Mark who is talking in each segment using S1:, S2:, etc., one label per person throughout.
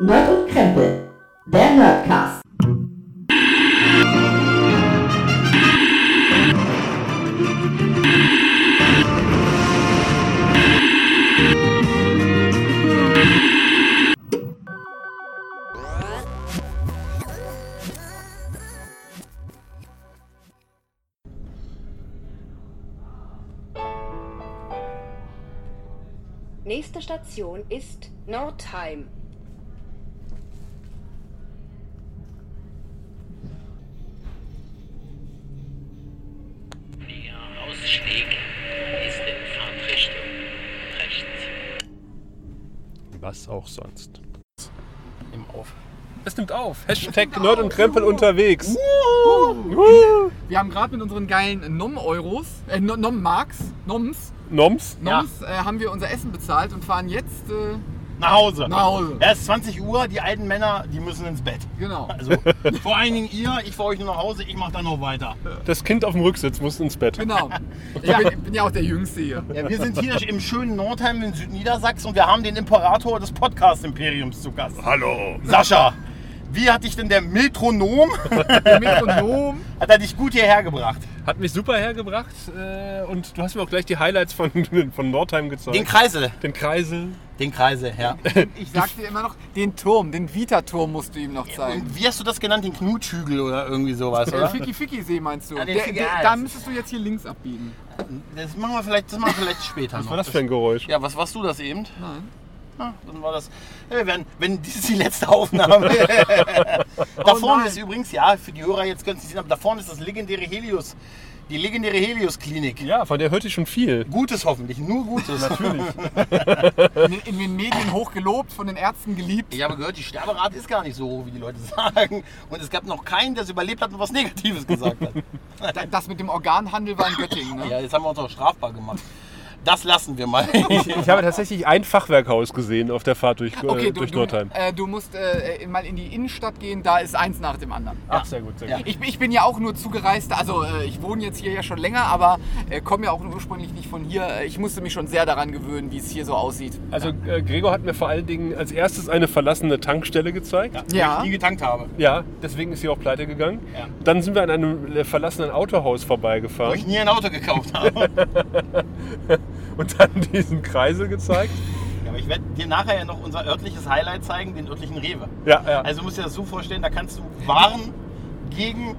S1: Nerd und Krempel, der Nerdcast.
S2: Nächste Station ist Nordheim.
S3: Der Ausstieg ist in Fahrtrichtung rechts.
S4: Was auch sonst.
S5: Nimm auf.
S4: Es nimmt auf. Hashtag Nerd und Krempel unterwegs.
S5: Wir haben gerade mit unseren geilen Nom-Euros, äh, No- Nom-Marks, Noms,
S4: Noms?
S5: Noms äh, haben wir unser Essen bezahlt und fahren jetzt, äh,
S6: Nach Hause.
S5: Nach Hause.
S6: Ja, Es ist 20 Uhr, die alten Männer, die müssen ins Bett.
S5: genau.
S6: Also vor allen Dingen ihr, ich fahre euch nur nach Hause, ich mache dann noch weiter.
S4: Das Kind auf dem Rücksitz muss ins Bett.
S5: Genau. Ich bin, bin ja auch der Jüngste hier.
S6: Ja, wir sind hier im schönen Nordheim in Südniedersachsen und wir haben den Imperator des Podcast-Imperiums zu Gast.
S4: Hallo.
S6: Sascha, wie hat dich denn der Metronom,
S5: Der Metronom.
S6: hat er dich gut hierher gebracht?
S4: Hat mich super hergebracht äh, und du hast mir auch gleich die Highlights von, von Nordheim gezeigt.
S6: Kreisel.
S4: Den Kreisel.
S6: Den Kreisel, ja.
S5: Ich sag dir immer noch, den Turm, den Vita-Turm musst du ihm noch zeigen.
S6: Und wie hast du das genannt? Den Knuthügel oder irgendwie sowas,
S5: Den
S6: oder?
S5: Ficky-Ficky-See meinst du?
S6: Ja, Ah, den
S5: der,
S6: Ficky-
S5: der,
S6: ja,
S5: da
S6: das-
S5: müsstest du jetzt hier links abbiegen.
S6: Das machen wir vielleicht, das machen wir vielleicht später
S4: Was
S6: noch.
S4: war das für ein Geräusch?
S6: Ja, was warst du das eben?
S5: Nein.
S6: Ah, dann war das. Ja, wir werden, wenn dies ist die letzte Aufnahme. da vorne
S5: nein.
S6: ist übrigens, ja, für die Hörer jetzt können Sie sehen, aber da vorne ist das legendäre Helios, die legendäre Helios-Klinik.
S4: Ja, von der hörte ich schon viel.
S6: Gutes hoffentlich, nur Gutes. Natürlich.
S5: In, den- in den Medien hoch gelobt, von den Ärzten geliebt.
S6: Ich habe gehört, die Sterberate ist gar nicht so hoch, wie die Leute sagen. Und es gab noch keinen, der es überlebt hat und was Negatives gesagt hat.
S5: Da- Das mit dem Organhandel war in Göttingen, ne?
S6: ja, jetzt haben wir uns auch strafbar gemacht. Das lassen wir mal.
S4: Ich habe tatsächlich ein Fachwerkhaus gesehen auf der Fahrt durch, äh,
S5: Okay, du,
S4: durch
S5: du,
S4: Nordheim.
S5: äh, du musst äh, mal in die Innenstadt gehen, da ist eins nach dem anderen.
S4: Ach, sehr gut, sehr
S6: Ja.
S4: gut.
S5: Ich, bin- ich bin ja auch nur zugereist, also äh, ich wohne jetzt hier ja schon länger, aber äh, komme ja auch ursprünglich nicht von hier. Äh, Ich musste mich schon sehr daran gewöhnen, wie es hier so aussieht.
S4: Also äh, Gregor hat mir vor allen Dingen als erstes eine verlassene Tankstelle gezeigt.
S5: Ja.
S6: Die ich nie getankt habe.
S4: Ja, deswegen ist sie auch pleite gegangen.
S6: Ja.
S4: Dann sind wir an einem äh, verlassenen Autohaus
S6: Wo
S4: vorbeigefahren.
S6: ich nie ein Auto gekauft habe.
S4: und dann diesen Kreisel gezeigt.
S6: Ja, aber ich werde dir nachher ja noch unser örtliches Highlight zeigen, den örtlichen Rewe.
S4: Ja, ja.
S6: Also musst du dir das so vorstellen, da kannst du Waren gegen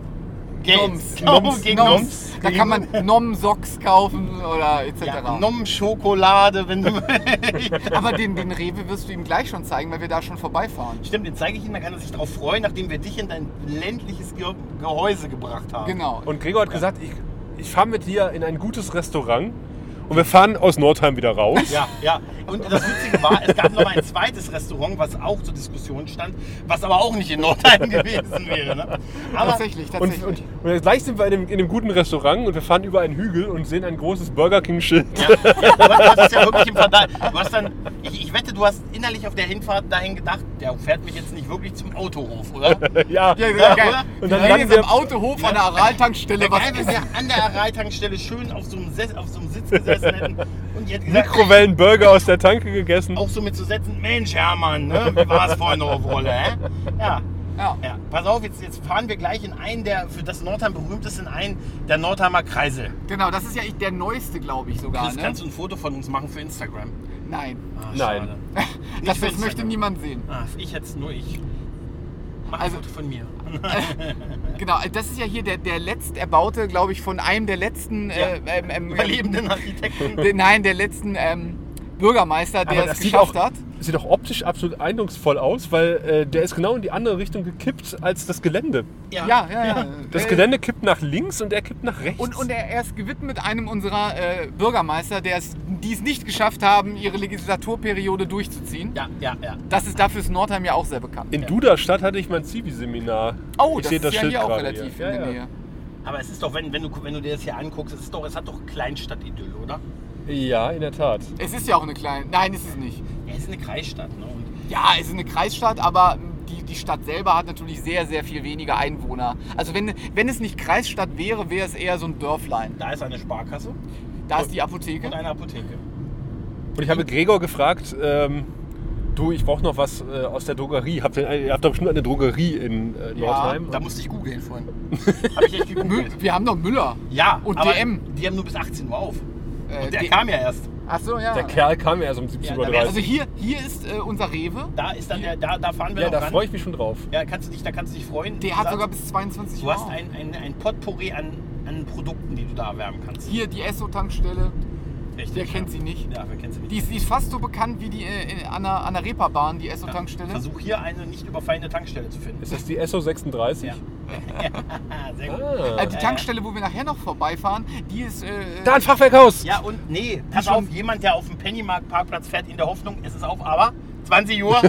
S6: Geld.
S5: Noms.
S6: Genau,
S4: Noms.
S6: Gegen
S4: Noms.
S6: Noms.
S5: Da kann man Nom-Socks kaufen oder etc.
S6: ja, Nom Schokolade, wenn du willst.
S5: aber den, den Rewe wirst du ihm gleich schon zeigen, weil wir da schon vorbeifahren.
S6: Stimmt, den zeige ich ihm, dann kann er sich darauf freuen, nachdem wir dich in dein ländliches Ge Gehäuse gebracht haben.
S5: Genau.
S4: Und Gregor hat gesagt, ich, ich fahre mit dir in ein gutes Restaurant und wir fahren aus Nordheim wieder raus.
S6: Ja, ja. Und das Witzige war, es gab noch ein zweites Restaurant, was auch zur Diskussion stand, was aber auch nicht in Nordheim gewesen wäre. Ne? Aber
S5: tatsächlich,
S4: Und,
S5: tatsächlich.
S4: und, und gleich sind wir in einem, in einem guten Restaurant und wir fahren über einen Hügel und sehen ein großes Burger King-Schild.
S6: Ja, aber du hast es ja wirklich im Verdacht. Du hast dann, ich, ich wette, du hast innerlich auf der Hinfahrt dahin gedacht, der fährt mich jetzt nicht wirklich zum Autohof, oder?
S4: Ja.
S5: ja,
S6: Ja, oder?
S5: geil.
S4: Und
S5: Und
S4: dann
S5: dann wir
S4: landen
S5: reden jetzt am
S4: wir-
S5: Autohof an der Araltankstelle.
S6: Der
S5: Was
S6: Geil, wenn wir an der Aral-Tankstelle schön auf so, einem Sess, auf so einem Sitz gesessen hätten und ihr hättet gesagt,
S4: Mikrowellenburger aus der Tanke gegessen.
S6: auch so mit zu setzen, Mensch Hermann, ne? wie war es vorhin noch auf Rolle, hä? Ja.
S5: Ja.
S6: Ja, pass auf, jetzt, jetzt fahren wir gleich in einen der für das Nordheim berühmtesten, einen der Nordheimer Kreise.
S5: Genau, das ist ja der neueste, glaube ich sogar.
S6: Chris,
S5: Ne?
S6: kannst du ein Foto von uns machen für Instagram?
S5: Nein,
S6: Ah,
S4: Nein.
S6: schade. Nicht
S5: das,
S6: für
S5: das möchte
S6: Instagram.
S5: niemand sehen.
S6: Ah, ich jetzt nur ich. Mach
S5: Also-
S6: ein Foto von mir.
S5: Genau, das ist ja hier der, der letzt erbaute, glaube ich, von einem der letzten äh, ähm, ähm,
S6: Überlebenden Architekten.
S5: der- nein, der letzten ähm, Bürgermeister, der
S4: Aber
S5: es geschafft
S4: sieht auch,
S5: hat.
S4: Sieht auch optisch absolut eindrucksvoll aus, weil äh, der ist genau in die andere Richtung gekippt als das Gelände.
S5: Ja, ja, ja.
S4: Das
S5: Äh,
S4: Gelände kippt nach links und er kippt nach rechts.
S5: Und, und er, er ist gewidmet einem unserer äh, Bürgermeister, der es, die es nicht geschafft haben, ihre Legislaturperiode durchzuziehen.
S6: Ja, ja, ja.
S5: Das ist dafür ist Nordheim ja auch sehr bekannt.
S4: in Duderstadt hatte ich mein Zivi-Seminar.
S5: Oh,
S4: ich
S5: das
S4: sehe
S5: ist
S4: das
S5: ja
S4: Schild
S5: hier auch
S4: gerade
S5: relativ
S4: hier.
S5: in
S4: ja,
S5: der
S4: ja.
S5: Nähe.
S6: Aber es ist doch, wenn, wenn, du, wenn du dir das hier anguckst, es, ist doch, es hat doch Kleinstadtidyll, oder?
S4: Ja, in der Tat.
S5: Es ist ja auch eine kleine. Nein, ist es nicht.
S6: Ja, es ist eine Kreisstadt. Ne? Und
S5: Ja, es ist eine Kreisstadt, aber die, die Stadt selber hat natürlich sehr, sehr viel weniger Einwohner. Also wenn, wenn es nicht Kreisstadt wäre, wäre es eher so ein Dörflein.
S6: da ist eine Sparkasse
S5: Da ist die
S6: und
S5: Apotheke.
S6: eine Apotheke.
S4: Und ich habe Gregor gefragt, ähm, du, ich brauche noch was äh, aus der Drogerie. Habt ihr, ihr habt doch bestimmt eine Drogerie in äh, Nordheim.
S6: Da musste ich googeln vorhin. Habe ich echt
S5: Mü-
S6: gegoogelt.
S5: Wir haben noch Müller.
S6: Ja,
S5: Und
S6: aber
S5: DM.
S6: Die haben nur bis 18 Uhr auf.
S5: Äh,
S6: Und der
S5: D-
S6: kam ja erst.
S5: Ach so, ja.
S4: der Kerl kam ja erst um 17.30
S6: Ja,
S4: Uhr.
S6: da wär-
S5: Also hier, hier ist äh, unser Rewe.
S6: Da ist dann der, da, da fahren wir
S4: ja,
S6: noch
S4: da
S6: ran.
S4: freue ich mich schon drauf.
S6: Ja, kannst du dich, da kannst du dich freuen.
S5: Der
S6: Wie
S5: hat
S6: gesagt,
S5: sogar bis 22
S6: Du
S5: Uhr.
S6: hast
S5: auf.
S6: ein, ein, ein Potpourri an, an Produkten, die du da erwerben kannst.
S5: Hier die Esso-Tankstelle.
S6: Richtig,
S5: Wer kennt sie nicht?
S6: Ja, wer kennt sie nicht?
S5: Die ist, die ist fast so bekannt wie die äh, in- an der, an der Reeperbahn, die Esso-Tankstelle.
S6: Versuch hier eine nicht überfallene Tankstelle zu finden.
S4: Ist das die SO36?
S6: Ja. Ah, sehr gut.
S5: Äh,
S4: Ah.
S5: die Tankstelle, wo wir nachher noch vorbeifahren, die ist. Äh,
S4: Da ein Fachwerkhaus!
S6: Ja, und nee, pass
S5: schon-
S6: auf, jemand, der auf dem Pennymarkt-Parkplatz fährt, in der Hoffnung, es ist auf, aber 20 Uhr.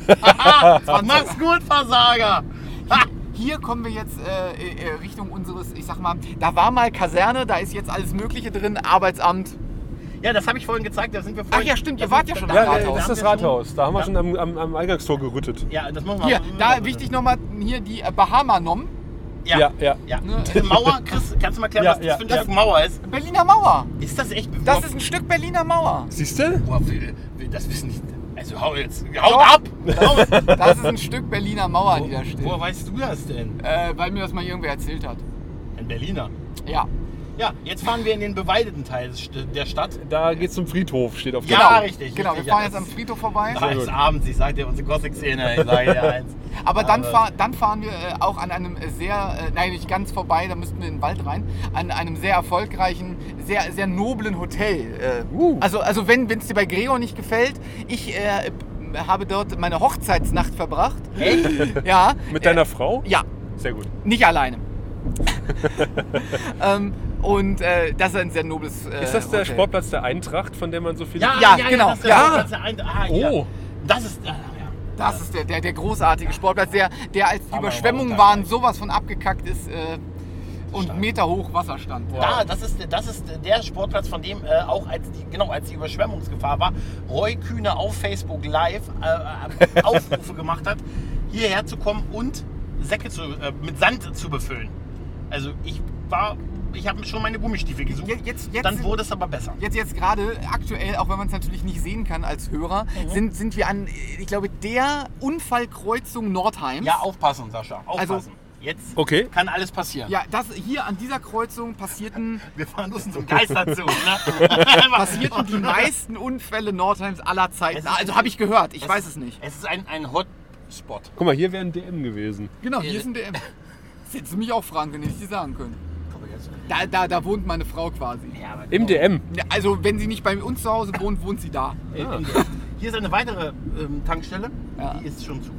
S6: Mach's gut, Versager!
S5: Hier kommen wir jetzt äh, äh, Richtung unseres, ich sag mal, da war mal Kaserne, da ist jetzt alles Mögliche drin, Arbeitsamt.
S6: Ja, das habe ich vorhin gezeigt, da sind wir
S5: Ach
S6: vorhin.
S5: ja, stimmt,
S6: da
S5: ihr
S6: sind-
S5: wart ja schon am
S4: Ja,
S6: da-
S4: äh,
S5: Rathaus.
S4: das ist das
S6: haben wir schon-
S4: Rathaus. Da haben wir
S6: Ja.
S4: schon am, am, am Eingangstor gerüttet.
S6: Ja, das machen wir
S5: Hier,
S6: mal.
S5: da wichtig nochmal hier die äh, Bahamanom,
S6: Ja, ja.
S4: Ja, ja.
S5: Ne?
S6: Diese Mauer, Chris, kannst du mal erklären,
S4: Ja,
S6: was
S4: ja.
S6: das für ein Stück Mauer ist?
S5: Berliner Mauer.
S6: Ist das echt
S5: Das ist ein Stück Berliner Mauer.
S4: Siehst du?
S6: Boah, will, will das wissen nicht. Also hau jetzt. Hau ab! Hau ab.
S5: Das ist ein Stück Berliner Mauer, die da
S6: Woher
S5: steht.
S6: weißt du das denn?
S5: Äh, weil mir das mal irgendwer erzählt hat.
S6: Ein Berliner.
S5: Ja.
S6: Ja, jetzt fahren wir in den beweideten Teil des St- der Stadt.
S4: Da geht's zum Friedhof, steht auf
S6: Ja,
S4: der Karte.
S6: richtig.
S5: Genau, wir
S6: richtig,
S5: fahren
S6: ja,
S5: jetzt am
S6: das-
S5: Friedhof vorbei.
S6: Da ist
S4: gut.
S6: abends, ich sag dir, unsere Gothic-Szene, ich sag dir eins.
S5: Aber dann,
S6: Aber-
S5: fahr, dann fahren wir äh, auch an einem äh, sehr, äh, nein, nicht ganz vorbei, da müssten wir in den Wald rein, an einem sehr erfolgreichen, sehr, sehr noblen Hotel. Äh,
S4: Uh.
S5: Also, also wenn es dir bei Gregor nicht gefällt, ich äh, b- habe dort meine Hochzeitsnacht verbracht. Echt? Ja. äh,
S4: Mit deiner Frau?
S5: Ja,
S4: Sehr gut.
S5: nicht alleine. ähm, und äh, das ist ein sehr nobles äh,
S4: Ist das der
S5: Hotel.
S4: Sportplatz der Eintracht, von der man so viel...
S5: Ja, genau,
S6: das ist der-
S5: ja.
S6: das ist der ein- ah, hier.
S4: Oh.
S6: Das ist. ah, ja.
S5: Das ist der, der, der großartige Sportplatz, der, der als die
S6: Hammer,
S5: Überschwemmungen
S6: Hammer.
S5: waren, sowas von abgekackt ist äh, und meterhoch Wasser stand.
S6: Da, das ist, das ist der Sportplatz, von dem äh, auch als die, genau, als die Überschwemmungsgefahr war, Roy Kühne auf Facebook Live äh, äh, Aufrufe gemacht hat, hierher zu kommen und Säcke zu, äh, mit Sand zu befüllen. Also ich war, ich habe schon meine Gummistiefel gesucht.
S5: Je- jetzt- jetzt
S6: Dann
S5: sind-
S6: wurde es aber besser.
S5: Jetzt, jetzt gerade aktuell, auch wenn man es natürlich nicht sehen kann als Hörer,
S6: Mhm.
S5: sind, sind wir an, ich glaube, der Unfallkreuzung Nordheims.
S6: Ja, aufpassen, Sascha, aufpassen.
S5: Also-
S6: jetzt
S4: Okay.
S6: kann alles passieren.
S5: Ja, das hier an dieser Kreuzung passierten,
S6: Wir fahren uns zum Geisterzug. Ne?
S5: passierten die meisten Unfälle Nordheims aller
S6: Es
S5: Zeiten.
S6: ist-
S5: Also habe ich gehört, ich weiß
S6: ist-
S5: es nicht.
S6: Es ist ein, ein Hotspot.
S4: Guck mal, hier wäre ein DM gewesen.
S5: Genau, hier ist ein DM. Das hättest du mich auch fragen können, hätte ich dir sagen können. Da, da, da wohnt meine Frau quasi.
S4: Im DM.
S5: Ja, Also wenn sie nicht bei uns zu Hause wohnt, wohnt sie da.
S6: Ja. Hier ist eine weitere ähm, Tankstelle. Die ist schon zu.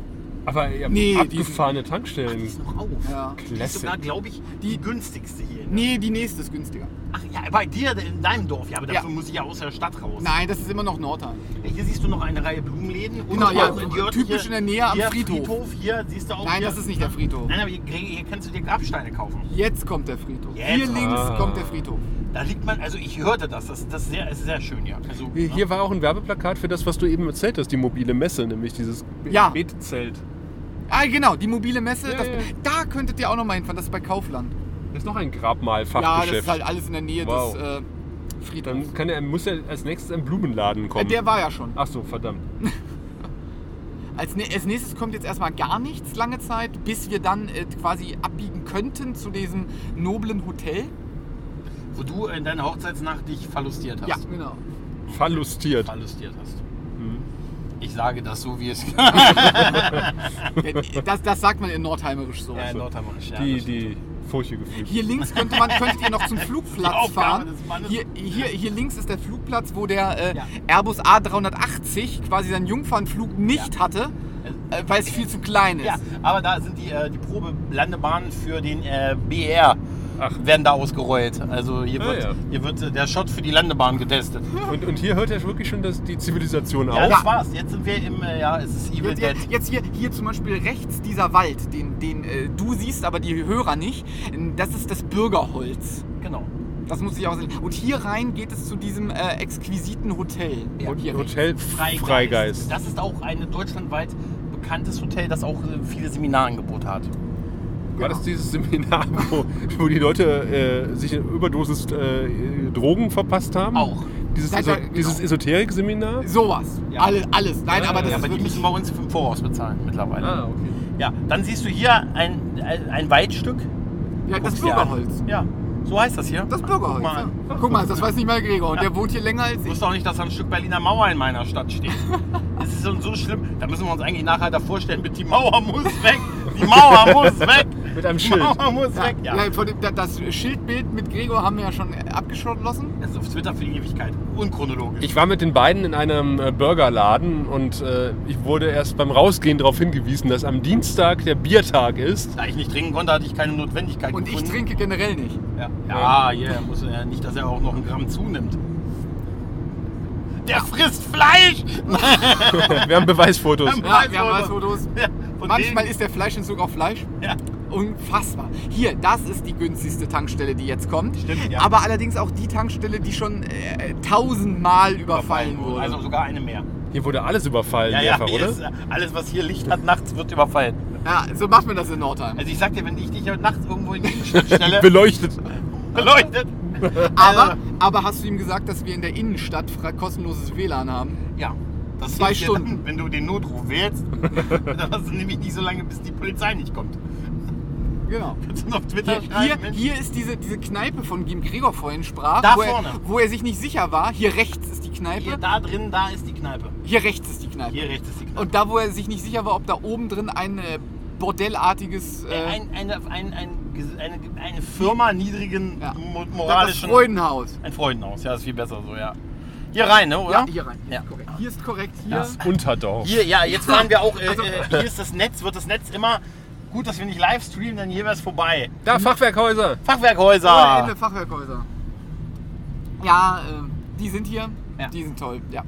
S4: Aber ihr habt
S5: Nee, die-
S4: abgefahrene
S6: Die
S4: Tankstellen.
S6: ist noch auf.
S5: Ja.
S6: Die ist sogar,
S4: Klasse.
S6: glaube ich, die günstigste hier.
S5: Nee, die nächste ist günstiger.
S6: Ach ja, bei dir in deinem Dorf. Ja, aber dafür
S5: Ja.
S6: muss ich ja aus der Stadt raus.
S5: Nein, das ist immer noch Nordheim.
S6: Hier siehst du noch eine Reihe Blumenläden. Und
S5: Genau, ja,
S6: auch
S5: so
S6: Jörg
S5: typisch in der Nähe am
S6: hier
S5: Friedhof.
S6: Hier siehst du
S4: Oh,
S6: auch.
S5: Nein,
S6: hier,
S5: das ist nicht der Friedhof.
S6: Nein, aber hier, hier kannst du dir Grabsteine kaufen.
S5: Jetzt kommt der Friedhof.
S6: Jetzt.
S5: Hier links
S4: Ah.
S5: kommt der Friedhof.
S6: Da liegt man, also ich hörte das. Das, das ist, sehr, ist sehr schön, ja. Also,
S4: Hier, hier war auch ein Werbeplakat für das, was du eben erzählt hast, die mobile Messe, nämlich dieses Be-
S5: Ja.
S4: Betzelt.
S5: Ah, genau, die mobile Messe.
S4: Ja,
S5: das,
S4: ja.
S5: Da könntet ihr auch noch mal hinfahren. Das ist bei Kaufland.
S4: Das ist noch ein Grabmalfachgeschäft.
S5: Ja, das ist halt alles in der Nähe
S4: Wow.
S5: des äh, Friedhofs.
S4: Dann kann er, muss er als nächstes im Blumenladen
S5: Äh,
S4: kommen.
S5: Der war ja schon.
S4: Ach so, verdammt.
S5: Als, nä- als nächstes kommt jetzt erstmal gar nichts lange Zeit, bis wir dann äh, quasi abbiegen könnten zu diesem noblen Hotel.
S6: wo du in deiner Hochzeitsnacht dich verlustiert hast.
S5: Ja, genau.
S4: Verlustiert.
S6: verlustiert hast. Ich sage das so, wie es
S5: Denn äh, das, das sagt man in Nordheimerisch so.
S6: Ja, Nordheimerisch, ja,
S4: Die,
S6: das stimmt.
S4: die Furche gefühlt.
S5: Hier links könnte man, könntet ihr noch zum Flugplatz
S6: Aufgabe
S5: fahren.
S6: des Mannes.
S5: Hier, hier, hier links ist der Flugplatz, wo der äh,
S6: Ja.
S5: Airbus A380 quasi seinen Jungfernflug nicht hatte, äh, weil es viel zu klein ist.
S6: Ja, aber da sind die, äh, die Probelandebahnen für den äh, BR
S4: Ach.
S6: werden da ausgerollt. Also hier
S4: Ah,
S6: wird,
S4: ja. Hm.
S6: hier wird äh, der Shot für die Landebahn getestet.
S4: Und, und hier hört ja wirklich schon das, die Zivilisation
S6: Ja,
S4: auf.
S6: das war's. Jetzt sind wir im, äh, ja, es ist Evil
S5: Jetzt,
S6: Dead.
S5: jetzt, jetzt hier, hier zum Beispiel rechts dieser Wald, den, den äh, du siehst, aber die Hörer nicht, das ist das Bürgerholz.
S6: Genau.
S5: Das muss ich auch sehen. Und hier rein geht es zu diesem äh, exquisiten Hotel.
S4: Und
S5: hier rechts.
S4: Hotel Freigeist. Freigeist.
S6: Das ist auch ein deutschlandweit bekanntes Hotel, das auch äh, viele Seminarangebote hat.
S4: War
S6: Genau.
S4: das dieses Seminar, wo, wo die Leute äh, sich in Überdosis äh, Drogen verpasst haben?
S6: Auch.
S4: Dieses,
S5: Seid
S4: Eso
S5: ihr- genau.
S4: dieses Esoterik-Seminar?
S5: Sowas.
S6: Ja.
S5: Alles, alles. Nein, aber das
S6: ja,
S5: ist
S6: Äh, aber die
S5: wirklich.
S6: müssen bei uns im Voraus bezahlen mittlerweile.
S4: Ah, okay.
S6: Ja, dann siehst du hier ein, ein, ein Waldstück.
S5: ja, das
S6: Guckst dir an.
S5: Bürgerholz.
S6: Ja, so heißt das hier.
S5: Das
S6: Guck
S5: Bürgerholz.
S6: mal
S5: ja.
S6: an.
S5: Guck mal, das weiß nicht mal Gregor. Und
S6: Ja.
S5: der wohnt hier länger als
S6: Ich
S5: ich.
S6: wusste auch nicht, dass da ein Stück Berliner Mauer in meiner Stadt steht. Es ist so- so schlimm. Da müssen wir uns eigentlich nachher da vorstellen, mit die Mauer muss weg. Die Mauer muss weg.
S4: Mit einem
S6: Die
S4: Schild.
S6: Mauer muss
S5: Ja,
S6: weg. Ja.
S5: ja, von dem, da- das Schildbild mit Gregor haben wir ja schon äh, abgeschlossen.
S6: Das ist auf Twitter für die Ewigkeit. Unchronologisch.
S4: Ich war mit den beiden in einem äh, Burgerladen und äh, ich wurde erst beim Rausgehen darauf hingewiesen, dass am Dienstag der Biertag ist.
S6: da ich nicht trinken konnte, hatte ich keine Notwendigkeit
S5: Und ich
S6: gefunden.
S5: trinke generell nicht.
S6: Ja, ja, yeah, muss er nicht, dass er auch noch ein Gramm zunimmt. Der frisst Fleisch!
S4: Wir haben Beweisfotos.
S5: Ja, wir haben
S6: Weißfotos.
S5: Weißfotos.
S6: Ja, von
S5: Manchmal
S6: denen-
S5: ist der Fleischentzug auch Fleisch.
S6: Ja.
S5: Unfassbar. Hier, das ist die günstigste Tankstelle, die jetzt kommt.
S6: Stimmt, ja.
S5: Aber allerdings auch die Tankstelle, die schon äh, tausendmal überfallen wurde.
S6: Also sogar eine mehr.
S4: Hier wurde alles überfallen, mehrfach,
S6: hier
S4: oder?
S6: ist, äh, alles, was hier Licht hat, nachts wird überfallen.
S5: ja, so macht man das in Nordheim.
S6: Also ich sag dir, wenn ich dich nachts irgendwo in die Stelle
S4: Beleuchtet.
S6: beleuchtet.
S5: Aber,
S6: äh,
S5: aber hast du ihm gesagt, dass wir in der Innenstadt fra- kostenloses WLAN haben?
S6: ja, das
S5: Zwei
S6: hilft dir
S5: Stunden.
S6: Dann, wenn du den Notruf wählst, dann hast du nämlich nicht so lange, bis die Polizei nicht kommt.
S5: Genau.
S6: Kannst du noch auf Twitter
S5: Hier,
S6: schreiben?
S5: hier,
S6: Mensch,
S5: hier ist diese, diese Kneipe, von dem Gregor vorhin sprach,
S6: Da
S5: wo, er,
S6: vorne.
S5: wo er sich nicht sicher war. Hier rechts ist die Kneipe.
S6: hier, da drin, da ist die Kneipe.
S5: Hier rechts ist die Kneipe.
S6: Hier rechts ist die Kneipe.
S5: Und da, wo er sich nicht sicher war, ob da oben drin ein äh, bordellartiges. Äh,
S6: ein, eine, ein, ein, ges- eine, eine Firma niedrigen
S5: Ja.
S6: mo-
S5: das
S6: moralischen.
S5: Freudenhaus.
S6: Ein Freudenhaus, ja, ist viel besser so, ja. Hier rein, ne, oder?
S5: Ja, hier rein.
S6: Ja.
S5: Korrekt. Hier ist korrekt. Hier.
S4: Das Unterdorf.
S6: Hier, ja, jetzt waren wir auch, äh,
S5: Also-
S6: äh, hier ist das Netz, wird das Netz immer, gut, dass wir nicht live streamen, denn hier wäre es vorbei.
S4: Da, Fachwerkhäuser.
S5: Ohne
S6: Fachwerkhäuser!
S5: Ende Fachwerkhäuser. Ja, ähm, die sind hier.
S6: Ja.
S5: Die sind toll. Ja.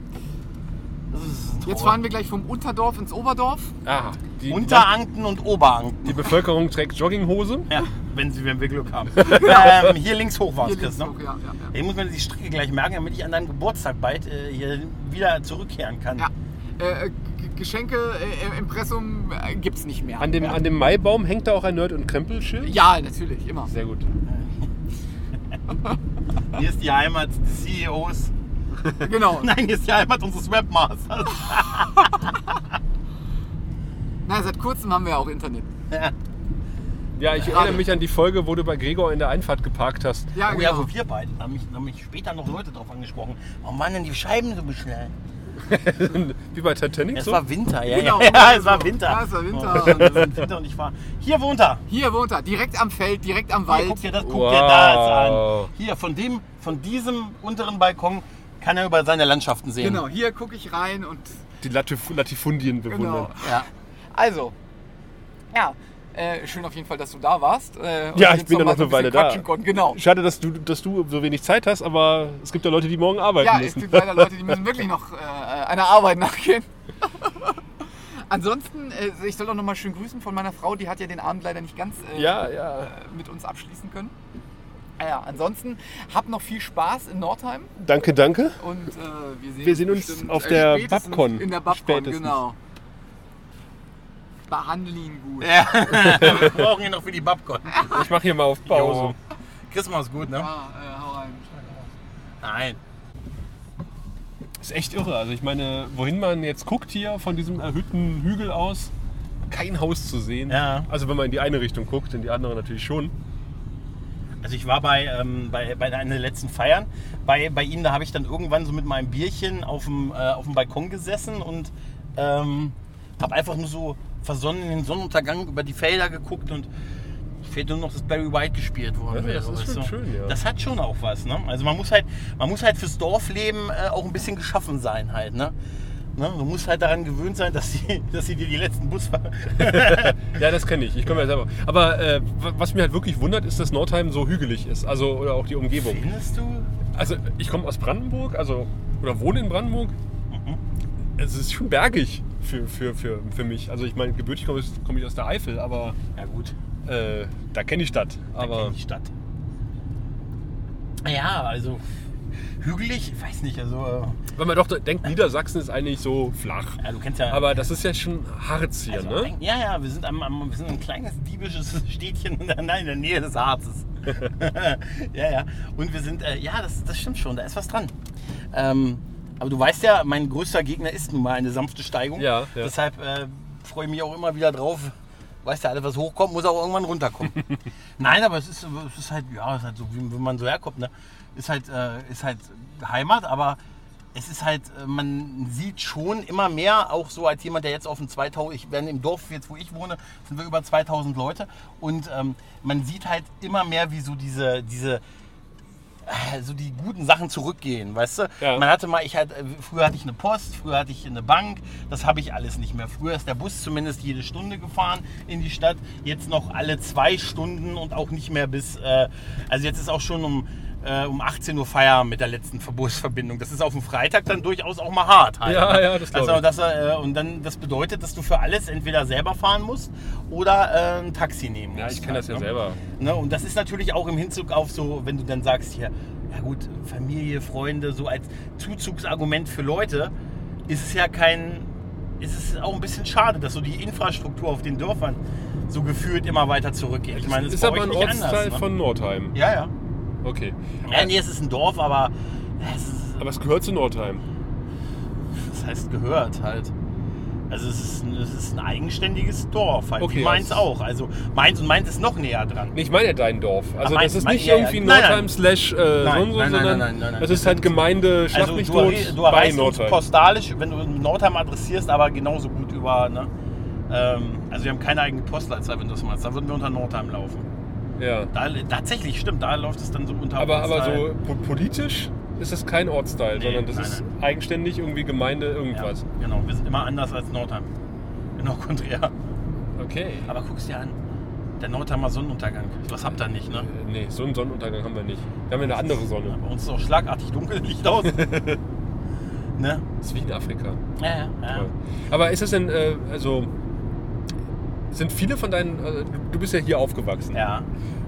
S6: Das ist ein Traum.
S5: Jetzt fahren wir gleich vom Unterdorf ins Oberdorf.
S4: Ah, die,
S6: Unteranken und Oberanken.
S4: die Bevölkerung trägt Jogginghose.
S6: Ja, wenn, sie, wenn wir Glück haben. ähm, hier links hoch war
S5: Hier
S6: es, Chris,
S5: links
S6: ne?
S5: hoch, ja, ja, ja.
S6: Ich muss mir die Strecke gleich merken, damit ich an deinem Geburtstag bald äh, hier wieder zurückkehren kann.
S5: ja. Äh, äh, G- Geschenke, äh, Impressum äh, gibt's nicht mehr.
S4: An dem, an dem Maibaum hängt da auch ein Nerd- und Krempelschild.
S5: ja, natürlich, immer.
S4: Sehr gut.
S6: Hier ist die Heimat des CEOs.
S5: Genau.
S6: Nein, hier ist die Heimat unseres Webmasters.
S5: Na, seit kurzem haben wir ja auch Internet.
S6: Ja,
S4: Ja, ich erinnere mich an die Folge, wo du bei Gregor in der Einfahrt geparkt hast.
S5: Ja,
S6: oh,
S5: genau.
S6: ja, wo wir beide. Da haben mich, da haben mich später noch Leute drauf angesprochen. Warum waren denn die Scheiben so beschneit?
S4: Wie bei Titanic
S6: Es
S4: so.
S6: war Winter, ja.
S5: Genau,
S6: ja, ja es war
S5: so.
S6: Winter.
S5: Ja, es war Winter.
S6: Oh, Mann, wir sind Winter und ich war. Hier wohnt er.
S5: Hier wohnt er, direkt am Feld, direkt
S4: Oh,
S5: am
S6: Hier,
S5: Wald.
S6: guck dir das, guck
S4: Wow.
S6: dir das an. Hier, von, dem, von diesem unteren Balkon kann er über seine Landschaften sehen.
S5: Genau, hier gucke ich rein und
S4: Die Latif Latifundien bewundern.
S5: genau. Ja. Also, ja, äh, schön auf jeden Fall, dass du da warst. äh, und
S4: Ja,
S5: jetzt
S4: ich bin ja
S5: mal
S4: noch
S5: so
S4: eine Weile
S5: bisschen
S4: da.
S5: quatschen Konnten. Genau.
S4: Schade, dass du, dass du so wenig Zeit hast, aber es gibt ja Leute, die morgen arbeiten
S5: Ja, es
S4: müssen.
S5: gibt leider Leute, die müssen wirklich noch äh, einer Arbeit nachgehen. Ansonsten, äh, ich soll auch nochmal schön grüßen von meiner Frau, die hat ja den Abend leider nicht ganz äh,
S4: ja, ja.
S5: mit uns abschließen können. Ah Ja, ansonsten, habt noch viel Spaß in Nordheim
S4: Danke, danke.
S5: und äh, wir sehen,
S4: Wir sehen uns
S5: bestimmt, äh,
S4: auf der
S5: spätestens
S4: Babcon.
S5: In der Babcon,
S4: Spätestens.
S5: genau. Behandle ihn gut.
S6: Ja. wir brauchen ihn noch für die Babcon.
S4: Ich mache hier mal auf Pause.
S6: Chris macht's gut, ne?
S5: Ja, äh, hau rein.
S6: Nein.
S4: Ist echt irre. Also ich meine, wohin man jetzt guckt hier von diesem erhöhten Hügel aus, kein Haus zu sehen.
S6: Ja.
S4: Also wenn man in die eine Richtung guckt, in die andere natürlich schon.
S6: Also ich war bei, ähm, bei, bei einer der letzten Feiern. Bei, bei Ihnen, da habe ich dann irgendwann so mit meinem Bierchen auf dem, äh, auf dem Balkon gesessen und ähm, habe einfach nur so versonnen in den Sonnenuntergang über die Felder geguckt und fehlt nur noch, dass Barry White gespielt worden
S4: Ja,
S6: wäre.
S4: das ist
S6: weißt
S4: schon
S6: du?
S4: schön, ja.
S6: Das hat schon auch was. Ne? Also man muss halt, man muss halt fürs Dorfleben äh, auch ein bisschen geschaffen sein halt. Ne? Ne? Du musst halt daran gewöhnt sein, dass sie, dass sie dir die letzten Busfahrer
S4: Ja, das kenne ich. Ich komme ja selber. Aber äh, wa- was mich halt wirklich wundert, ist, dass Nordheim so hügelig ist. Also oder auch die Umgebung.
S6: findest du?
S4: Also ich komme aus Brandenburg, also oder wohne in Brandenburg. Es ist schon bergig für, für, für, für mich. Also ich meine, gebürtig komme ich, komme ich aus der Eifel, aber
S6: Ja gut.
S4: äh, da kenne ich Stadt.
S6: Da
S4: Aber
S6: kenn ich Stadt. Ja, also hügelig, ich weiß nicht, also
S4: wenn man doch denkt, Niedersachsen ist eigentlich so flach.
S6: äh, ja, du kennst ja.
S4: Aber das ist ja schon Harz hier,
S6: also,
S4: ne?
S6: ein- Ja, ja, wir sind, am, am, wir sind ein kleines diebisches Städtchen in der, nein, in der Nähe des Harzes. ja, ja. Und wir sind, äh, ja, das, das stimmt schon, da ist was dran. Ähm, aber du weißt ja, mein größter Gegner ist nun mal eine sanfte Steigung.
S4: Ja, ja.
S6: Deshalb äh, freue ich mich auch immer wieder drauf. Weißt ja, alles, was hochkommt, muss auch irgendwann runterkommen. Nein, aber es ist, es ist halt, ja, es ist halt so, wie wenn man so herkommt. Ne? Ist, halt, äh, ist halt Heimat, aber es ist halt, äh, man sieht schon immer mehr, auch so als jemand, der jetzt auf dem 2000, ich bin im Dorf jetzt, wo ich wohne, sind wir über 2000 Leute und ähm, man sieht halt immer mehr, wie so diese, diese, äh, so die guten Sachen zurückgehen, weißt du?
S4: Ja.
S6: Man hatte mal, ich hatte, äh, früher hatte ich eine Post, früher hatte ich eine Bank, das habe ich alles nicht mehr. Früher ist der Bus zumindest jede Stunde gefahren in die Stadt, jetzt noch alle zwei Stunden und auch nicht mehr bis, äh, also jetzt ist auch schon um, äh, um 18 Uhr Feierabend mit der letzten Verbussverbindung. Das ist auf dem Freitag dann durchaus auch mal hart. Halt,
S4: Ja,
S6: ne?
S4: ja, das glaub
S6: also,
S4: ich.
S6: das, äh, Und dann, das bedeutet, dass du für alles entweder selber fahren musst oder äh, ein Taxi nehmen musst.
S4: Ja, ich kenne das ja
S6: halt, ne?
S4: selber.
S6: Ne? Und das ist natürlich auch im Hinzug auf so, wenn du dann sagst hier, ja gut, Familie, Freunde, so als Zuzugsargument für Leute, ist es ja kein, ist es auch ein bisschen schade, dass so die Infrastruktur auf den Dörfern so gefühlt immer weiter zurückgeht. Ich meine, das
S4: ist
S6: bei
S4: aber
S6: euch
S4: ein
S6: nicht
S4: Ortsteil
S6: anders, ne?
S4: von Nordheim.
S6: Ja, ja.
S4: Okay.
S6: Ja, nee, es ist ein Dorf, aber es ist,
S4: Aber es gehört zu Nordheim.
S6: das heißt gehört halt. Also es ist ein, es ist ein eigenständiges Dorf halt.
S4: Okay,
S6: Wie Mainz
S4: das-
S6: auch. Also Mainz und Mainz ist noch näher dran.
S4: Nee, Ich meine ja dein Dorf. Also
S6: mein-
S4: das ist
S6: mein-
S4: nicht
S6: ja, ja.
S4: irgendwie
S6: Nein, nein.
S4: Nordheim slash äh, so und so,
S6: nein, nein,
S4: sondern
S6: nein, nein, nein.
S4: das ist halt Gemeinde Schlag
S6: Also
S4: mich
S6: du,
S4: tot
S6: erre- du
S4: bei
S6: erreichst uns
S4: Nordheim.
S6: postalisch, wenn du Nordheim adressierst, aber genauso gut über. Ne? Ähm, also wir haben keine eigene Postleitzahl, wenn du das meinst. Da würden wir unter Nordheim laufen.
S4: Ja.
S6: Da, tatsächlich, stimmt, da läuft es dann so unter
S4: Aber, aber
S6: Ortsteil.
S4: so po- politisch ist das kein Ortsteil,
S6: Nee,
S4: sondern das
S6: nein,
S4: ist eigenständig irgendwie Gemeinde
S6: Ja,
S4: irgendwas.
S6: genau, wir sind immer anders als Nordheim. Genau, konträr.
S4: Okay.
S6: Aber guck's dir an. Der Nordheimer Sonnenuntergang. Was habt ihr nicht, ne?
S4: Äh, Nee, so einen Sonnenuntergang haben wir nicht. Wir haben ja eine andere
S6: Ja,
S4: Sonne.
S6: Bei uns ist auch schlagartig dunkel, Licht aus. ne?
S4: Das ist wie in Afrika.
S6: Ja, ja, ja.
S4: Toll. Aber ist das denn, äh, also sind viele von deinen, äh, du- du bist ja hier aufgewachsen.
S6: Ja.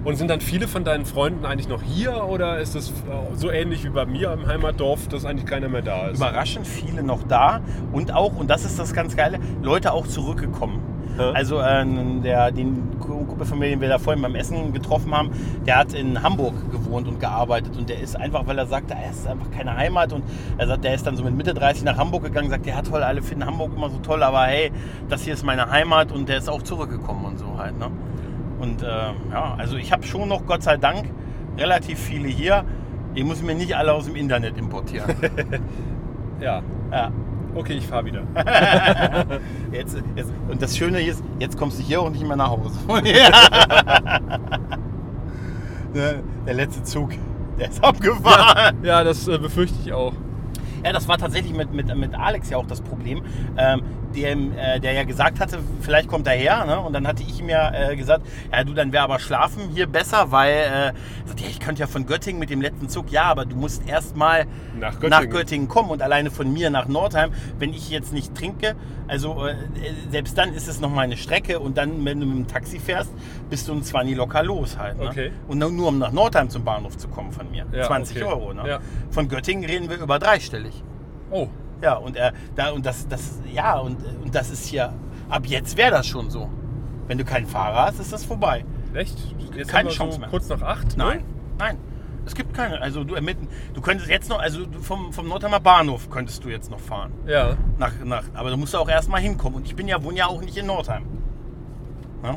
S4: Und sind dann viele von deinen Freunden eigentlich noch hier oder ist das äh, so ähnlich wie bei mir im Heimatdorf, dass eigentlich keiner mehr da ist?
S6: überraschend viele noch da und auch, und das ist das ganz Geile, Leute auch zurückgekommen.
S4: Ja.
S6: Also äh, der, den Ku- Kumpel von mir, den wir da vorhin beim Essen getroffen haben, der hat in Hamburg gewohnt und gearbeitet und der ist einfach, weil er sagte, er ist einfach keine Heimat und er sagt, der ist dann so mit Mitte 30 nach Hamburg gegangen, sagt, ja toll, alle finden Hamburg immer so toll, aber hey, das hier ist meine Heimat und der ist auch zurückgekommen und so halt. Ne? Und äh, ja, also ich habe schon noch, Gott sei Dank, relativ viele hier. Die muss mir nicht alle aus dem Internet importieren.
S4: Ja.
S6: ja.
S4: Okay, ich fahre wieder.
S6: Jetzt, jetzt, und das Schöne ist, jetzt kommst du hier auch nicht mehr nach Hause. Ne, der letzte Zug, der ist abgefahren.
S4: Ja, das äh, befürchte ich auch.
S6: Ja, das war tatsächlich mit, mit, mit Alex ja auch das Problem, ähm, dem, äh, der ja gesagt hatte, vielleicht kommt er her. Ne? Und dann hatte ich ihm ja äh, gesagt, ja du, dann wäre aber Schlafen hier besser, weil äh, er sagt, ja, ich könnte ja von Göttingen mit dem letzten Zug, ja, aber du musst erst mal
S4: Nach Göttingen.
S6: nach Göttingen kommen und alleine von mir nach Nordheim, wenn ich jetzt nicht trinke, also äh, selbst dann ist es noch mal eine Strecke und dann, wenn du mit dem Taxi fährst, bist du zwar nie locker los halt. Ne?
S4: Okay.
S6: Und nur, nur um nach Nordheim zum Bahnhof zu kommen von mir.
S4: Ja,
S6: 20
S4: okay.
S6: Euro. Ne?
S4: Ja.
S6: Von Göttingen reden wir über dreistellig.
S4: Oh,
S6: Ja, und er, da, und das, das, ja, und, und das ist hier, ab jetzt wäre das schon so. Wenn du keinen Fahrer hast, ist das vorbei.
S4: echt? Jetzt
S6: Keine
S4: haben wir
S6: Chance
S4: so
S6: mehr.
S4: kurz nach acht? ne?
S6: Nein, nein. Es gibt keine. Also du ermitteln. Du könntest jetzt noch, also du vom, vom Nordheimer Bahnhof könntest du jetzt noch fahren.
S4: Ja.
S6: Nach, nach, aber du musst auch erstmal hinkommen. Und ich bin ja, wohne ja auch nicht in Ne? Nordheim. Ja?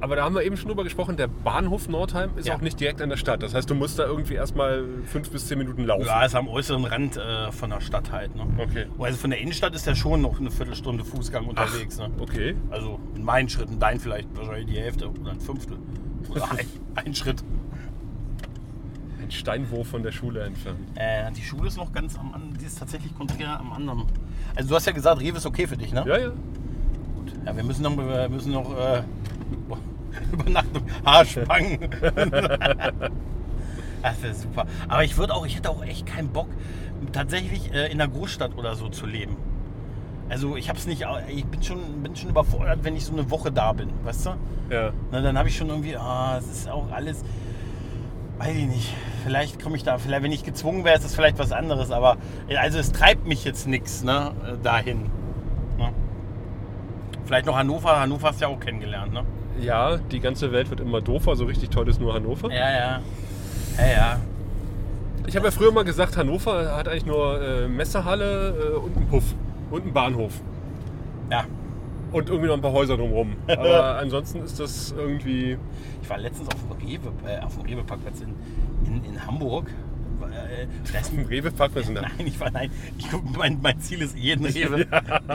S4: Aber da haben wir eben schon drüber gesprochen, der Bahnhof Nordheim ist
S6: Ja.
S4: auch nicht direkt an der Stadt. Das heißt, du musst da irgendwie erstmal fünf bis zehn Minuten laufen.
S6: ja, ist am äußeren Rand äh, von der Stadt halt. Ne?
S4: Okay.
S6: Also von der Innenstadt ist ja schon noch eine Viertelstunde Fußgang unterwegs. Ne?
S4: Okay.
S6: Also in meinen Schritten, dein vielleicht wahrscheinlich die Hälfte oder ein Fünftel. Oder ein, ein Schritt.
S4: Ein Steinwurf von der Schule entfernt.
S6: Äh, die Schule ist noch ganz am anderen, die ist tatsächlich konträr am anderen. Also du hast ja gesagt, Rewe ist okay für dich, ne?
S4: Ja, ja.
S6: Gut. Ja, wir müssen noch, wir müssen noch äh, boah, Übernachtung, Haarspangen. das wäre super. Aber ich würde auch, ich hätte auch echt keinen Bock, tatsächlich äh, in einer Großstadt oder so zu leben. Also ich hab's nicht, au- ich bin schon, bin schon überfordert, wenn ich so eine Woche da bin, weißt du?
S4: Ja.
S6: Na, dann habe ich schon irgendwie, ah, es ist auch alles, weiß ich nicht. Vielleicht komme ich da, vielleicht, wenn ich gezwungen wäre, ist das vielleicht was anderes, aber äh, also es treibt mich jetzt nichts, ne, äh, dahin. Ne? Vielleicht noch Hannover, Hannover hast du ja auch kennengelernt, ne?
S4: ja, die ganze Welt wird immer doofer, so richtig toll ist nur Hannover.
S6: Ja, ja. Ja, ja.
S4: Ich habe ja früher mal gesagt, Hannover hat eigentlich nur äh, Messehalle äh, und einen Puff und einen Bahnhof
S6: Ja.
S4: und irgendwie noch ein paar Häuser drumherum. Aber ansonsten ist das irgendwie
S6: Ich war letztens auf dem Rewe, äh, auf dem Rewe-Parkplatz in, in, in Hamburg. Äh, da ist
S4: ein Rewe-Parkplatz in der
S6: Nein, ich war nein. Ich, guck, mein, mein Ziel ist, jeden Rewe in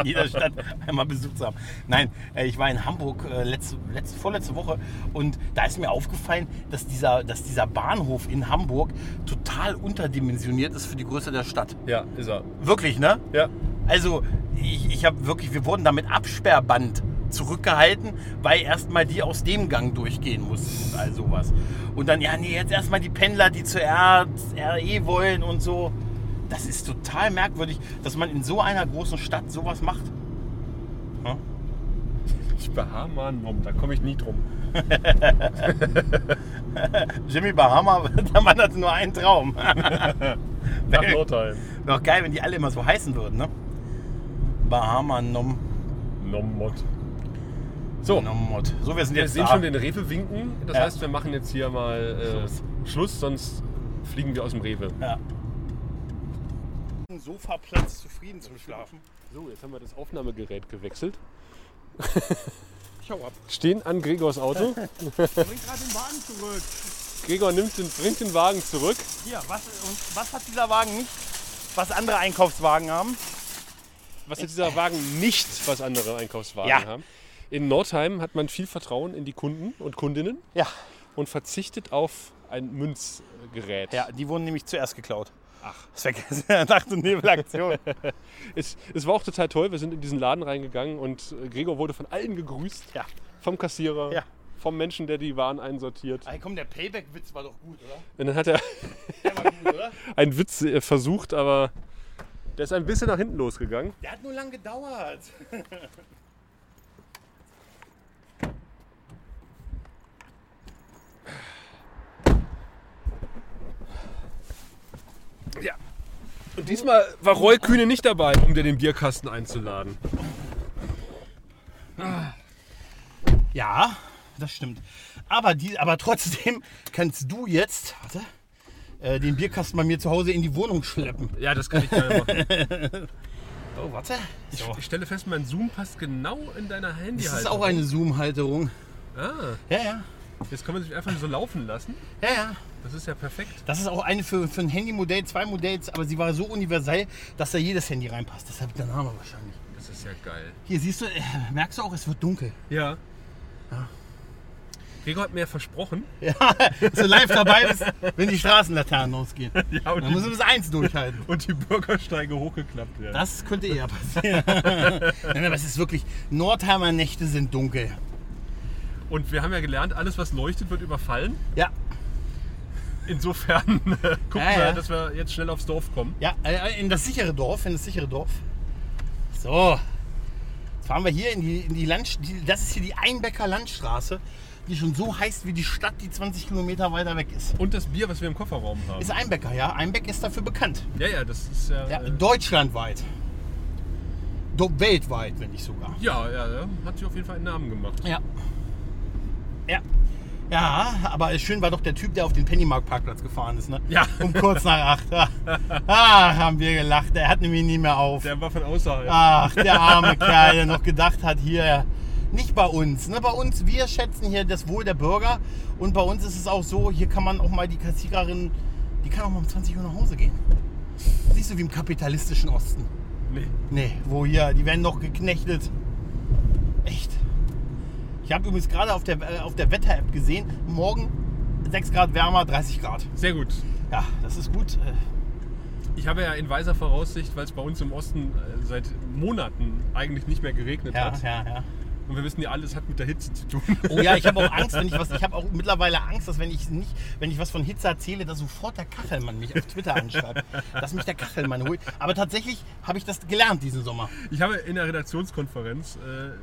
S6: jeder Stadt einmal besucht zu haben. Nein, äh, ich war in Hamburg äh, letzte, letzte, vorletzte Woche und da ist mir aufgefallen, dass dieser, dass dieser Bahnhof in Hamburg total unterdimensioniert ist für die Größe der Stadt.
S4: Ja, ist er.
S6: Wirklich, ne?
S4: Ja.
S6: Also, ich, ich habe wirklich, wir wurden damit Absperrband zurückgehalten, weil erstmal die aus dem Gang durchgehen mussten und all sowas. Und dann, ja, nee, jetzt erstmal die Pendler, die zur R- RE wollen und so. Das ist total merkwürdig, dass man in so einer großen Stadt sowas macht.
S4: Ich Bahamanom, da komme ich nie drum.
S6: Jimmy Bahama, der Mann hatte nur einen Traum.
S4: Nach Nordheim.
S6: Wäre auch geil, wenn die alle immer so heißen würden, ne? Bahama Nom,
S4: Nommod. So,
S6: Nom Mod. So, wir sind
S4: Oh. wir
S6: jetzt
S4: sehen
S6: da.
S4: schon den Rewe winken. Das
S6: Ja.
S4: heißt, wir machen jetzt hier mal
S6: Schluss.
S4: äh, Schluss, sonst fliegen wir aus dem Rewe.
S6: ja. Sofaplatz zufrieden zum Schlafen.
S4: So, jetzt haben wir das Aufnahmegerät gewechselt.
S6: Schau ab.
S4: Stehen an Gregors
S6: Bring
S4: Auto.
S6: gerade den Wagen zurück.
S4: Gregor nimmt den, bringt den Wagen zurück.
S6: Hier, was, und was hat dieser Wagen nicht, was andere Einkaufswagen haben?
S4: Was hat dieser Wagen nicht, was andere Einkaufswagen
S6: Ja.
S4: haben? In Nordheim hat man viel Vertrauen in die Kunden und Kundinnen
S6: Ja.
S4: und verzichtet auf ein Münzgerät.
S6: Ja, die wurden nämlich zuerst geklaut. Ach. Das vergessen Nacht- und Nebelaktion.
S4: Es, es war auch total toll. Wir sind in diesen Laden reingegangen und äh, Gregor wurde von allen gegrüßt.
S6: ja.
S4: Vom Kassierer,
S6: Ja.
S4: vom Menschen, der die Waren einsortiert.
S6: Ey, komm, der Payback-Witz war doch gut, oder?
S4: Und dann hat er
S6: Der war gut, oder?
S4: einen Witz äh, versucht, aber der ist ein bisschen nach hinten losgegangen.
S6: Der hat nur lang gedauert.
S4: Und diesmal war Roy Kühne nicht dabei, um dir den Bierkasten einzuladen.
S6: Ja, das stimmt. Aber, die, aber trotzdem kannst du jetzt, warte, äh, den Bierkasten bei mir zu Hause in die Wohnung schleppen.
S4: Ja, das kann ich gerne machen.
S6: Oh, warte. So.
S4: Ich stelle fest, mein Zoom passt genau in deiner Handy.
S6: Das ist auch eine Zoom-Halterung.
S4: Ah,
S6: Ja, ja.
S4: jetzt kann man sich einfach so laufen lassen.
S6: Ja, ja.
S4: Das ist ja perfekt.
S6: Das ist auch eine für, für ein Handy-Modell, zwei Modells, aber sie war so universell, dass da jedes Handy reinpasst. Deshalb der Name wahrscheinlich.
S4: Das ist ja geil.
S6: Hier siehst du, äh, merkst du auch, es wird dunkel.
S4: Ja. Ah. Gregor hat mir ja versprochen.
S6: Dass du live dabei bist, wenn die Straßenlaternen ausgehen.
S4: Ja, und
S6: Dann müssen wir bis eins durchhalten.
S4: und die Bürgersteige hochgeklappt werden.
S6: Das könnte eher passieren. Nein, aber es ist wirklich, Nordheimer Nächte sind dunkel.
S4: Und wir haben ja gelernt, alles was leuchtet, wird überfallen.
S6: Ja,
S4: Insofern äh, gucken
S6: Ja, ja.
S4: wir, dass wir jetzt schnell aufs Dorf kommen.
S6: ja, äh, in das sichere Dorf, in das sichere Dorf. So, jetzt fahren wir hier in die, in die Landstraße. Das ist hier die Einbecker Landstraße, die schon so heißt wie die Stadt, die 20 Kilometer weiter weg ist.
S4: Und das Bier, was wir im Kofferraum haben.
S6: Ist Einbecker, ja. Einbeck ist dafür bekannt.
S4: Ja, ja, das ist ja.
S6: Ja,
S4: äh,
S6: deutschlandweit. Do weltweit, wenn nicht sogar.
S4: ja, ja, ja, hat sich auf jeden Fall einen Namen gemacht.
S6: Ja. Ja. Ja, aber schön war doch der Typ, der auf den Pennymark-Parkplatz gefahren ist, ne?
S4: Ja.
S6: Um kurz nach acht. Ah, Ah, haben wir gelacht. Er hat nämlich nie mehr auf.
S4: Der war von außerhalb.
S6: Ach, der arme Kerl, der noch gedacht hat, hier, nicht bei uns. Ne? Bei uns, wir schätzen hier das Wohl der Bürger. Und bei uns ist es auch so, hier kann man auch mal die Kassiererin, die kann auch mal um 20 Uhr nach Hause gehen. Siehst du, wie im kapitalistischen Osten.
S4: Nee.
S6: Nee, wo hier, die werden noch geknechtet. Echt. Ich habe übrigens gerade auf der, äh, auf der Wetter-App gesehen, morgen 6 Grad wärmer, 30 Grad.
S4: Sehr gut.
S6: Ja, das ist gut. Äh,
S4: Ich habe ja in weiser Voraussicht, weil es bei uns im Osten äh, seit Monaten eigentlich nicht mehr geregnet
S6: Ja,
S4: hat.
S6: ja, ja.
S4: Und wir wissen ja, alles hat mit der Hitze zu tun.
S6: Oh ja, ich habe auch Angst, wenn ich was. Ich habe auch mittlerweile Angst, dass wenn ich nicht, wenn ich was von Hitze erzähle, dass sofort der Kachelmann mich auf Twitter anschreibt. dass mich der Kachelmann holt. Aber tatsächlich habe ich das gelernt diesen Sommer.
S4: Ich habe in der Redaktionskonferenz äh, äh,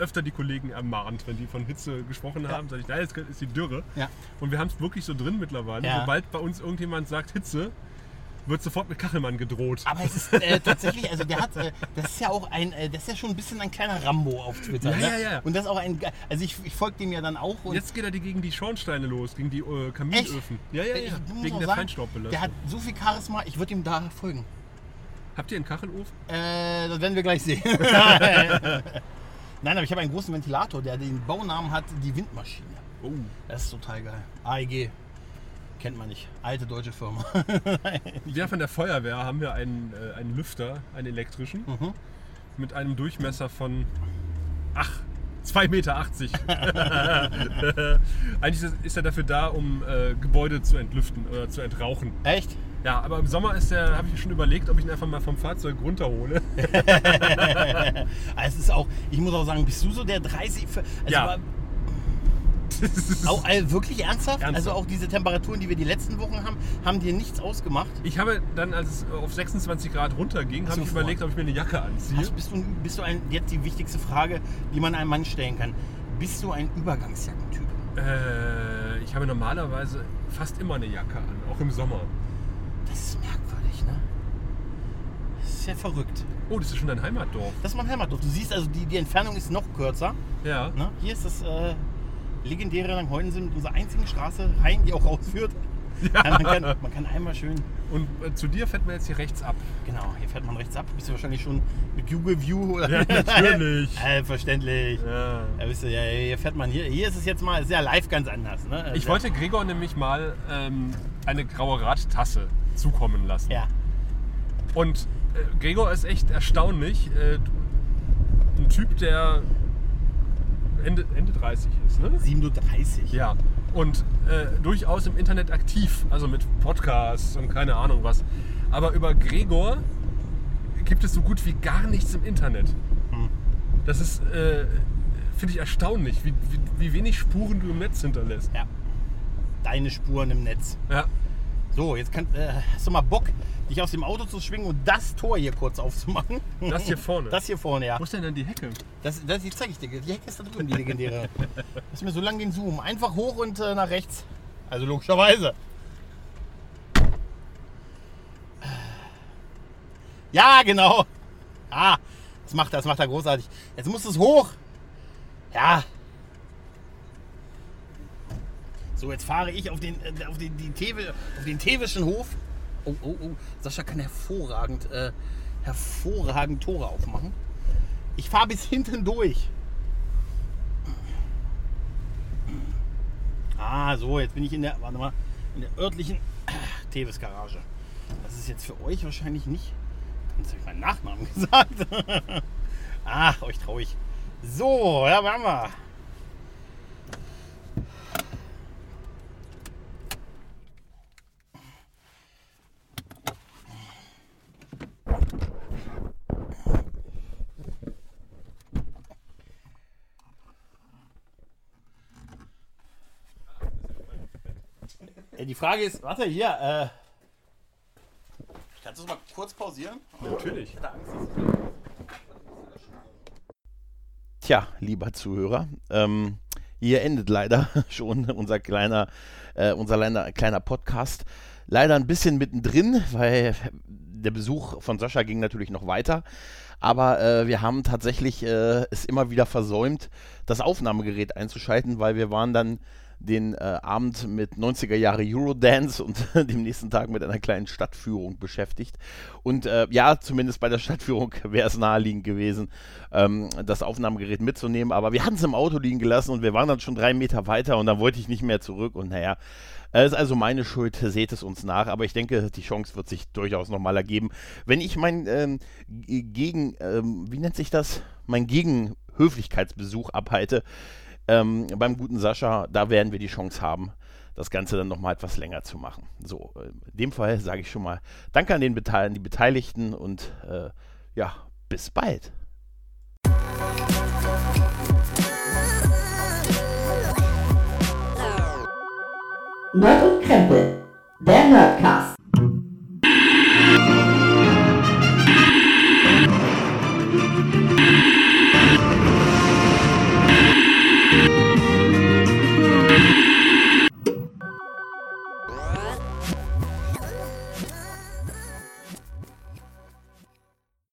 S4: öfter die Kollegen ermahnt, wenn die von Hitze gesprochen haben, sage ich, nein, jetzt ist die Dürre.
S6: Ja.
S4: Und wir haben es wirklich so drin mittlerweile.
S6: Ja.
S4: Sobald bei uns irgendjemand sagt Hitze, wird sofort mit Kachelmann gedroht.
S6: Aber es ist äh, tatsächlich, also der hat, äh, das ist ja auch ein, äh, das ist ja schon ein bisschen ein kleiner Rambo auf Twitter.
S4: Ja,
S6: ne?
S4: ja, ja.
S6: Und das auch ein, ge- also ich, ich folge dem ja dann auch und
S4: Jetzt geht er die gegen die Schornsteine los, gegen die äh,
S6: echt,
S4: Kaminöfen. Ja, ja, ja.
S6: Ich muss
S4: Wegen
S6: auch sagen,
S4: der
S6: Der hat
S4: Feinstaubbelastung.
S6: so viel Charisma, ich würde ihm da folgen.
S4: Habt ihr einen Kachelofen?
S6: Äh, das werden wir gleich sehen. Nein, aber ich habe einen großen Ventilator, der den Baunamen hat, die Windmaschine.
S4: Oh.
S6: Das ist total geil. AEG. Kennt man nicht. Alte deutsche Firma.
S4: Wir von der Feuerwehr haben wir einen, äh, einen Lüfter, einen elektrischen,
S6: Mhm.
S4: mit einem Durchmesser von ach, 2,80 Meter. Eigentlich ist- ist er dafür da, um äh, Gebäude zu entlüften oder zu entrauchen.
S6: Echt?
S4: Ja, aber im Sommer ist der, habe ich schon überlegt, ob ich ihn einfach mal vom Fahrzeug runterhole.
S6: Aber Ah, es ist auch, ich muss auch sagen, bist du so der 30. für- Also
S4: Ja.
S6: aber Auch, äh, wirklich ernsthaft?
S4: Ernsthaft.
S6: Also auch diese Temperaturen, die wir die letzten Wochen haben, haben dir nichts ausgemacht?
S4: Ich habe dann, als es auf 26 Grad runterging, habe ich
S6: Sofort.
S4: überlegt, ob ich mir eine Jacke anziehe.
S6: Hast, Also bist du, bist du ein, jetzt die wichtigste Frage, die man einem Mann stellen kann. Bist du ein Übergangsjackentyp?
S4: Äh, ich habe normalerweise fast immer eine Jacke an, auch im Sommer.
S6: Das ist merkwürdig, ne? Das ist ja verrückt.
S4: Oh, das ist schon dein Heimatdorf.
S6: Das ist mein Heimatdorf. Du siehst also, die, die Entfernung ist noch kürzer.
S4: Ja.
S6: Ne? Hier ist das äh, legendäre Langheulensim mit unserer einzigen Straße rein, die auch rausführt. Ja. man, kann, man kann einmal schön,
S4: Und äh, zu dir fährt man jetzt hier rechts ab.
S6: genau, hier fährt man rechts ab. Bist du wahrscheinlich schon mit Google View oder
S4: Ja, natürlich.
S6: äh, verständlich.
S4: Ja.
S6: Ja, wisst ihr, ja, hier fährt man hier. Hier ist es jetzt mal sehr live ganz anders. Ne?
S4: Ich wollte Gregor nämlich mal ähm, eine graue Radtasse zukommen lassen.
S6: Ja.
S4: Und äh, Gregor ist echt erstaunlich. Äh, ein Typ, der Ende, Ende 30 ist, ne?
S6: 7.30 Uhr.
S4: Ja. Und äh, durchaus im Internet aktiv, also mit Podcasts und keine Ahnung was. Aber über Gregor gibt es so gut wie gar nichts im Internet. Das ist, äh, finde ich erstaunlich, wie, wie, wie wenig Spuren du im Netz hinterlässt.
S6: Ja. Deine Spuren im Netz.
S4: Ja.
S6: So, jetzt kann, äh, hast du mal Bock, dich aus dem Auto zu schwingen und das Tor hier kurz aufzumachen.
S4: Das hier vorne.
S6: Das hier vorne, ja.
S4: Wo ist denn dann die Hecke?
S6: Das, das, die zeige ich dir. Die Hecke ist da drüben, die legendäre. Lass mir so lang den Zoom. Einfach hoch und äh, nach rechts. Also logischerweise. Ja, genau. Ah, das macht er, das macht er großartig. Jetzt muss es hoch. Ja. So, jetzt fahre ich auf den, äh, auf den, die Tewe, auf den Tewischen Hof. Oh, oh, oh. Sascha kann hervorragend, äh, hervorragend Tore aufmachen. Ich fahre bis hinten durch. Ah, so, jetzt bin ich in der, warte mal, in der örtlichen Teves Garage. Das ist jetzt für euch wahrscheinlich nicht. Jetzt habe ich meinen Nachnamen gesagt. Ach, euch traue ich. So, da waren wir. Äh, Die Frage ist, warte hier, äh, kannst du es mal kurz pausieren?
S4: Natürlich.
S7: Tja, lieber Zuhörer, ähm, hier endet leider schon unser kleiner, äh, unser kleiner, kleiner Podcast. Leider ein bisschen mittendrin, weil der Besuch von Sascha ging natürlich noch weiter. Aber äh, wir haben tatsächlich äh, es immer wieder versäumt, das Aufnahmegerät einzuschalten, weil wir waren dann den äh, Abend mit 90er Jahre Eurodance und dem nächsten Tag mit einer kleinen Stadtführung beschäftigt. Und äh, ja, zumindest bei der Stadtführung wäre es naheliegend gewesen, ähm, das Aufnahmegerät mitzunehmen. Aber wir hatten es im Auto liegen gelassen und wir waren dann schon drei Meter weiter und dann wollte ich nicht mehr zurück. Und naja, äh, ist also meine Schuld, seht es uns nach. Aber ich denke, die Chance wird sich durchaus nochmal ergeben. Wenn ich mein ähm, G- Gegen, ähm, wie nennt sich das? Mein Gegenhöflichkeitsbesuch abhalte, ähm, beim guten Sascha, da werden wir die Chance haben, das Ganze dann nochmal etwas länger zu machen. So, äh, in dem Fall sage ich schon mal Danke an, den Bete an die Beteiligten und äh, ja, bis bald.
S1: Nerd und Krempel, der Nerdcast.